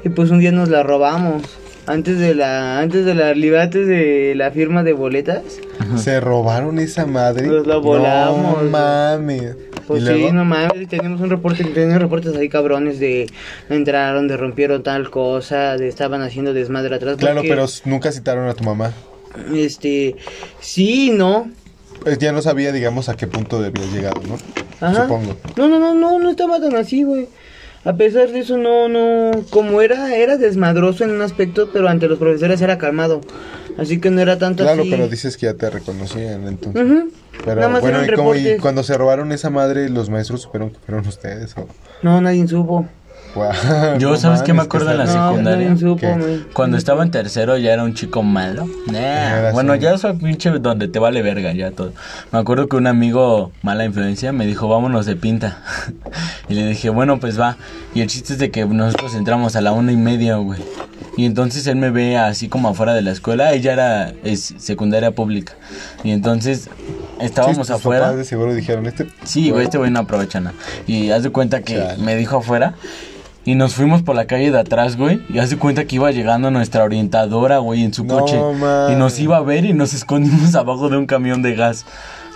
Y pues un día nos la robamos. Antes de la, antes de la, antes de la firma de boletas. Se robaron esa madre. Nos la volamos, No güey. mames. Pues ¿Y sí, luego? no mames, tenemos un reporte, tenemos reportes ahí cabrones de entraron, de rompieron tal cosa, de estaban haciendo desmadre atrás. Claro, porque, pero nunca citaron a tu mamá. Este, sí, no. Pues ya no sabía, digamos, a qué punto habías llegado, ¿no? Ajá. Supongo. No, no, no, no, no estaba tan así, güey. A pesar de eso, no, no, como era, era desmadroso en un aspecto, pero ante los profesores era calmado. Así que no era tanto Claro, así. pero dices que ya te reconocían, entonces. Ujú. Nada Pero más bueno, eran ¿y, cómo- y reportes. cuando se robaron esa madre, los maestros supieron que fueron ustedes. o- No, nadie supo. Guau, Yo, no ¿sabes qué me mames, acuerdo en la está- no, secundaria? nadie supo, ¿Qué? güey. Cuando estaba en tercero ya era un chico malo. Nah, Era Bueno, así. ya soy pinche donde te vale verga ya todo. Me acuerdo que un amigo mala influencia me dijo, vámonos de pinta. y le dije, bueno, pues va. Y el chiste es de que nosotros entramos a la una y media, güey. Y entonces él me ve así como afuera de la escuela. Ella era es, secundaria pública. Y entonces estábamos Sí, tus afuera. papás de seguro dijeron, este... Sí, güey, este güey no aprovecha nada. Y haz de cuenta que Chale. me dijo afuera. Y nos fuimos por la calle de atrás, güey. Y haz de cuenta que iba llegando nuestra orientadora, güey, en su No coche. mames. Y nos iba a ver y nos escondimos abajo de un camión de gas.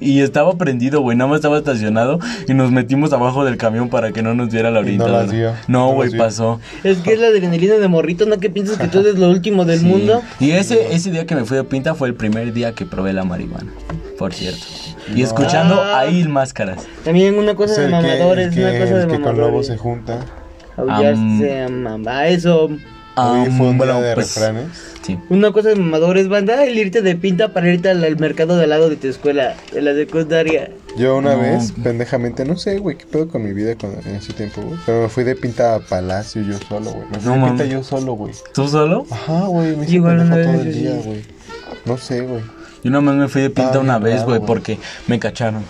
y estaba prendido, güey. Nada más estaba estacionado. Y nos metimos abajo del camión para que no nos viera la Y no orientadora. las vio. No No, las güey, vio. pasó. Es que es la adrenalina de morrito, ¿no? Que piensas que tú eres lo último del Sí. mundo. Y ese, ese día que me fui de pinta fue el primer día que probé la marihuana. por cierto. Y escuchando Ah. a Il Máscaras. También una cosa Es de el que, mamadores, el que- una cosa de el que con lobo mamadores. se junta. Aullarse a mamá, eso. Hoy Am, fue un día bueno, de Ah, pues, refranes. sí. Una cosa de mamadores, banda, el irte de pinta para irte al, al mercado de al lado de tu escuela, de la secundaria. Yo una No. vez, pendejamente, no sé, güey, qué pedo con mi vida cuando- en ese tiempo, güey. Pero me fui de pinta a Palacio yo solo, güey. Me fui No de mames. pinta yo solo, güey. ¿Tú solo? Ajá, güey, me hice Igual pendejo una vez todo yo el sí. día, güey. No sé, güey. Yo nomás me fui de pinta Ah, una bien vez, raro, güey, güey. porque me cacharon.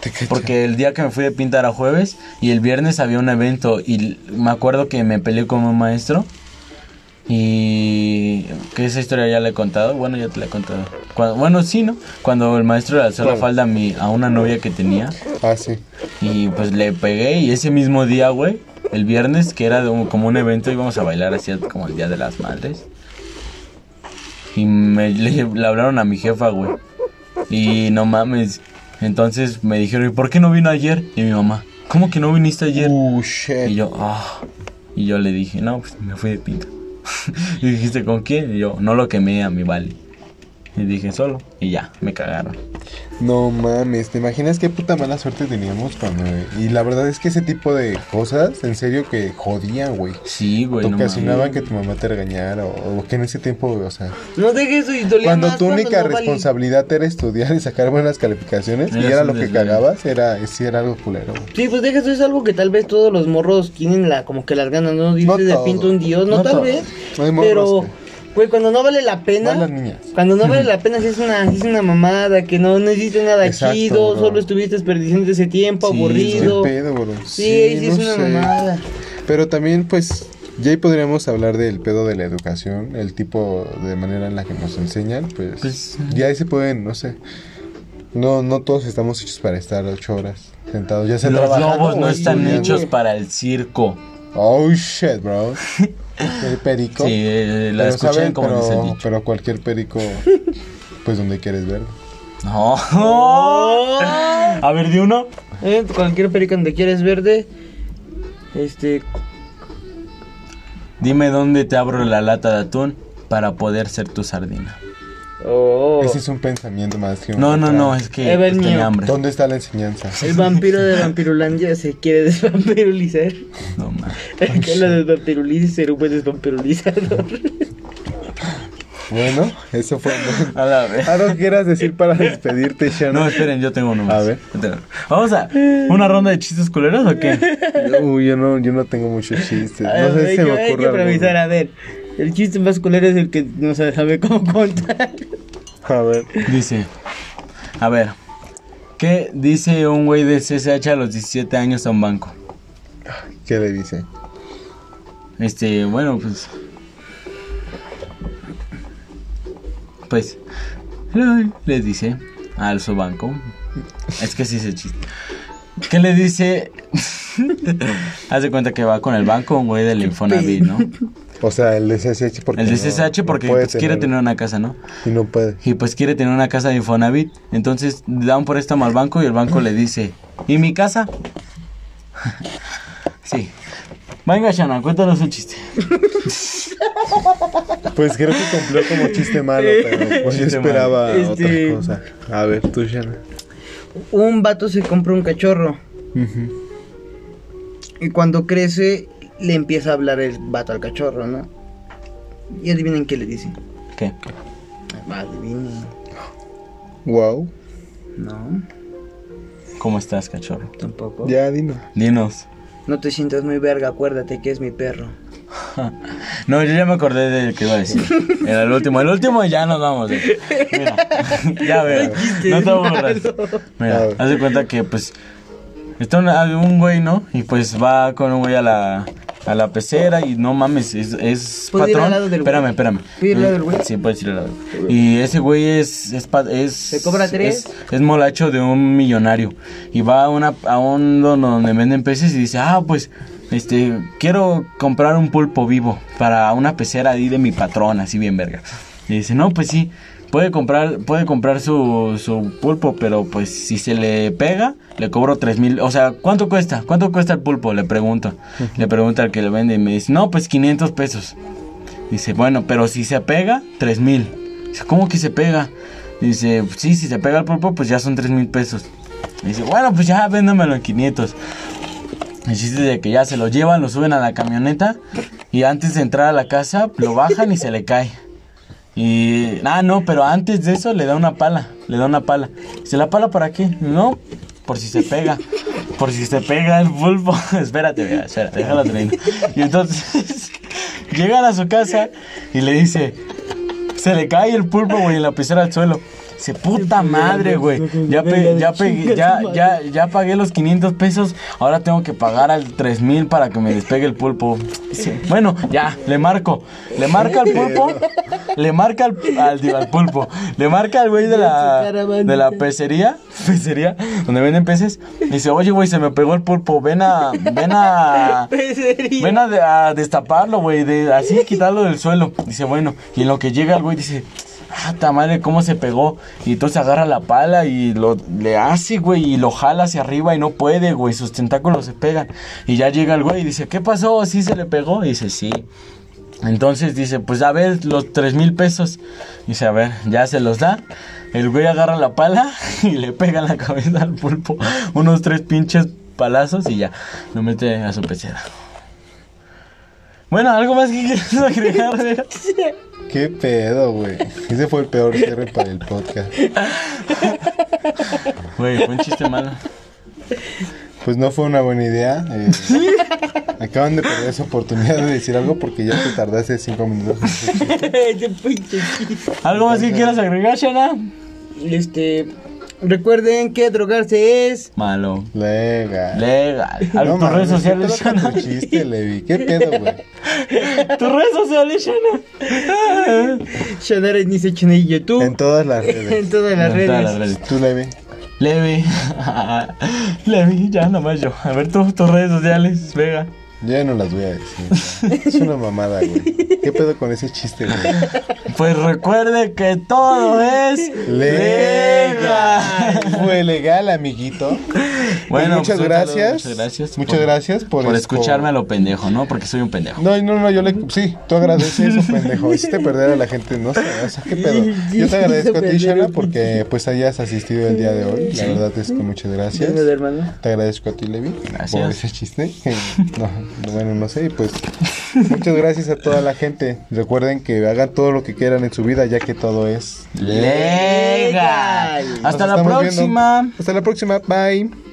Te cachas. Porque el día que me fui de pinta era jueves y el viernes había un evento y l- me acuerdo que me peleé con un maestro y que esa historia ya la he contado, bueno ya te la he contado. Cuando- bueno sí, ¿no? Cuando el maestro le alzó la Claro. falda a, mi, a una novia que tenía Ah, sí. y pues le pegué y ese mismo día, güey, el viernes que era de un- como un evento íbamos a bailar así como el Día de las Madres y me le, le hablaron a mi jefa, güey. Y no mames. Entonces me dijeron, ¿y por qué no vino ayer? Y mi mamá, ¿cómo que no viniste ayer? Uh, Y shit. yo, ah. Y yo le dije, no, pues me fui de pinta. y dijiste, ¿con quién? Y yo, no lo quemé a mi vale. Y dije, solo. Y ya, me cagaron. No mames, ¿te imaginas qué puta mala suerte teníamos cuando... eh, Y la verdad es que ese tipo de cosas, en serio, que jodían, güey. Sí, güey, no ocasionaban mames. que tu mamá te regañara o, o que en ese tiempo, o sea, No dejes eso y dolía cuando más tu única no valí. responsabilidad era estudiar y sacar buenas calificaciones y Eras era un lo que desvergue. cagabas, era sí era algo culero. güey. Sí, pues deja, eso es algo que tal vez todos los morros tienen la, como que las ganas, no dice No de todos. pinto un dios, no, No tal todos. vez, No hay morros pero, que- güey, cuando no vale la pena, Más las niñas. cuando no vale la pena, si es una, sí es una mamada, que no, no hiciste nada Exacto, chido, bro. solo estuviste desperdiciando ese tiempo, Sí, ¿Qué aburrido, pedo, bro? sí, ahí sí es una mamada, Pero también pues ya ahí podríamos hablar del pedo de la educación, el tipo de manera en la que nos enseñan, pues, Pues, ya ahí se pueden, no sé. No no todos estamos hechos para estar ocho horas sentados, ya se Los trabajando lobos no o están estudiando. hechos para el circo. Oh shit, bro. El perico. Sí, eh, la Pero, escuchan ¿saben? como pero, dice el dicho. pero cualquier perico, pues donde quieres ver. No. Oh. A ver, de uno. Eh, cualquier perico donde quieres verde, este, Dime dónde te abro la lata de atún para poder ser tu sardina. oh, Ese es un pensamiento más que un No, no, no, es Ahí va que el estoy mío. hambre. ¿Dónde está la enseñanza? el vampiro de Vampirulandia se quiere desvampirulizar. No, ma. El que habla de vampiruliza ser un buen desvampirulizador. Bueno, eso fue. A la vez. Algo que quieras decir para despedirte, Shannon. No, esperen, yo tengo uno más. A ver. Yo tengo- Vamos a una ronda de chistes culeros o qué? Uy, yo no, yo no tengo muchos chistes. A No ver, sé si se me hay que- Hay que ocurre alguno. improvisar, a ver. El chiste más culero es el que no se sabe cómo contar. A ver. Dice, a ver, ¿qué dice un güey de CCH a los 17 años a un banco? ¿Qué le dice? Este, bueno, pues. Pues. le- Les dice al su banco. Es que sí es el chiste. ¿Qué le dice? Haz de cuenta que va con el banco un güey del Infonavit, ¿no? O sea, el DSH porque. El de no- CSH no porque puede pues, quiere tener una casa, ¿no? Y no puede. Y pues quiere tener una casa de Infonavit. Entonces dan por préstamo al banco y el banco le dice, ¿y mi casa? sí. Venga, Shannon, cuéntanos un chiste. Pues creo que cumplió como chiste malo, pero pues, yo Chiste malo. esperaba Este- otra cosa. A ver, tú, Shannon. Un vato se compra un cachorro. Ujú. Y cuando crece, le empieza a hablar el vato al cachorro, ¿no? Y adivinen qué le dice. ¿Qué? Adivinen. Wow. No, ¿Cómo estás, cachorro? tampoco. Ya, dino. Dinos. No te sientas muy verga, acuérdate que es mi perro. No, yo ya me acordé del que iba a decir. Era el último. El último y ya nos vamos. eh. Mira, ya veo. No te aburras. Mira, haz de cuenta que pues está un, hay un güey, ¿no? Y pues va con un güey a la, a la pecera y no mames, es, es ¿Puedo ir al patrón. lado del güey? espérame, espérame. ¿Puedo ir al lado del güey? Sí, puedes ir al lado. Y ese güey es, es, pa- es ¿Se cobra tres? es- es molacho de un millonario. Y va a, una, a un dono donde venden peces y dice, ah, pues, este, quiero comprar un pulpo vivo para una pecera ahí de mi patrón, así bien verga. Y dice, no, pues sí, puede comprar, puede comprar su, su pulpo, pero pues si se le pega, le cobro tres mil. O sea, ¿cuánto cuesta? ¿Cuánto cuesta el pulpo? Le pregunto. Le pregunta al que le vende y me dice, no, pues 500 pesos. Dice, bueno, pero si se pega, tres mil. Dice, ¿cómo que se pega? Dice, sí, si se pega el pulpo, pues ya son 3 mil pesos. Dice, bueno, pues ya véndemelo en 500. El chiste de que ya se lo llevan, lo suben a la camioneta y antes de entrar a la casa lo bajan y se le cae. Y, ah, no, pero antes de eso le da una pala, le da una pala. Dice, ¿la pala para qué? No, por si se pega, por si se pega el pulpo. espérate, vea, espera, déjala terminar. Y entonces llegan a su casa y le dice, se le cae el pulpo, güey, en la pecera al suelo. Se puta madre, güey. Ya, pe- ya, pegué- ya, ya, ya pagué los 500 pesos. Ahora tengo que pagar al 3000 para que me despegue el pulpo. Dice, Bueno, ya, le marco. Le marca al pulpo. Le marca al, al- digo, al pulpo. Le marca al güey de la, de la pecería. Pecería, donde venden peces. Dice, oye, güey, se me pegó el pulpo. Ven a. Ven a. Pecería. Ven a, de- a destaparlo, güey, de, así quitarlo del suelo. Dice, bueno, y en lo que llega el güey dice, ah, ta madre, cómo se pegó. Y entonces agarra la pala y lo le hace, güey, y lo jala hacia arriba y no puede, güey, sus tentáculos se pegan. Y ya llega el güey y dice, ¿qué pasó? ¿Sí se le pegó? Y dice, sí. Entonces dice, pues a ver, los tres mil pesos. Dice, a ver, ya se los da. El güey agarra la pala y le pega en la cabeza al pulpo unos tres pinches palazos y ya, lo mete a su pecera. Bueno, algo más que quieras agregar. Vero? ¿Qué pedo, güey? Ese fue el peor cierre para el podcast. Güey, fue un chiste malo. Pues no fue una buena idea. eh, acaban de perder esa oportunidad de decir algo porque ya te tardaste cinco minutos. Ese pinche chiste. ¿Algo más que eh, quieras agregar, Shana? Este. Recuerden que drogarse es. Malo. Lega. Legal. No ¿Algo tus mames, redes sociales, ¿qué pedo con Shana? tu chiste, Levi? ¿Qué pedo, güey? ¿Tus redes sociales, Shana? Shadar en dice en YouTube. En todas las En redes. todas las En todas las redes. redes. Tú, Levi. Levi. Levi, ya nomás yo. A ver, tú, tus redes sociales, Vega. Yo ya no las voy a decir. güey. Es una mamada, güey. ¿Qué pedo con ese chiste, güey? Pues recuerde que todo es legal. Fue legal, amiguito. Bueno, muchas pues, un gracias. saludo, muchas gracias. Muchas gracias por por esco- escucharme a lo pendejo, ¿no? Porque soy un pendejo. No, no, no, yo le... Sí, tú agradeces eso, pendejo. Hiciste perder a la gente, no sé, o sea, qué pedo. Yo te agradezco a ti, Shana, porque pues hayas asistido el día de hoy. La verdad es que muchas gracias. Bueno, hermano. Te agradezco a ti, Levi, Gracias. por ese chiste. No, no, bueno, no sé, y pues muchas gracias a toda la gente. Recuerden que hagan todo lo que quieran en su vida, ya que todo es... Legal. Legal. Nos Hasta la estamos próxima. viendo. Hasta la próxima, bye.